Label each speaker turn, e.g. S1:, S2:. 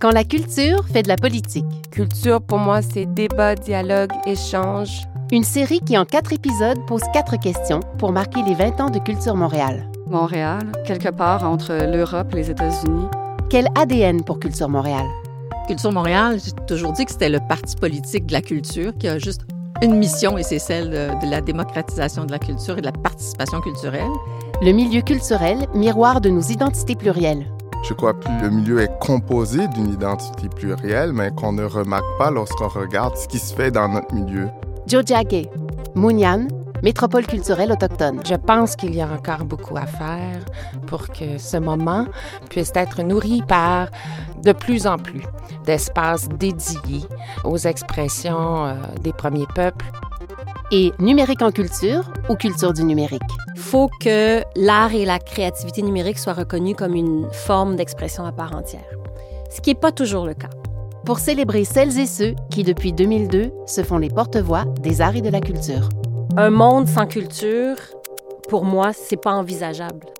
S1: Quand la culture fait de la politique.
S2: Culture, pour moi, c'est débat, dialogue, échange.
S1: Une série qui, en quatre épisodes, pose quatre questions pour marquer les 20 ans de Culture Montréal.
S3: Montréal, quelque part entre l'Europe et les États-Unis.
S1: Quel ADN pour Culture Montréal?
S4: Culture Montréal, j'ai toujours dit que c'était le parti politique de la culture qui a juste une mission et c'est celle de, de la démocratisation de la culture et de la participation culturelle.
S1: Le milieu culturel, miroir de nos identités plurielles.
S5: Je crois que le milieu est composé d'une identité plurielle, mais qu'on ne remarque pas lorsqu'on regarde ce qui se fait dans notre milieu.
S1: Jojage, Mounian, métropole culturelle autochtone.
S6: Je pense qu'il y a encore beaucoup à faire pour que ce moment puisse être nourri par de plus en plus d'espaces dédiés aux expressions euh, des premiers peuples.
S1: Et numérique en culture ou culture du numérique?
S7: faut que l'art et la créativité numérique soient reconnus comme une forme d'expression à part entière, ce qui n'est pas toujours le cas.
S1: Pour célébrer celles et ceux qui, depuis 2002, se font les porte-voix des arts et de la culture.
S7: Un monde sans culture, pour moi, c'est pas envisageable.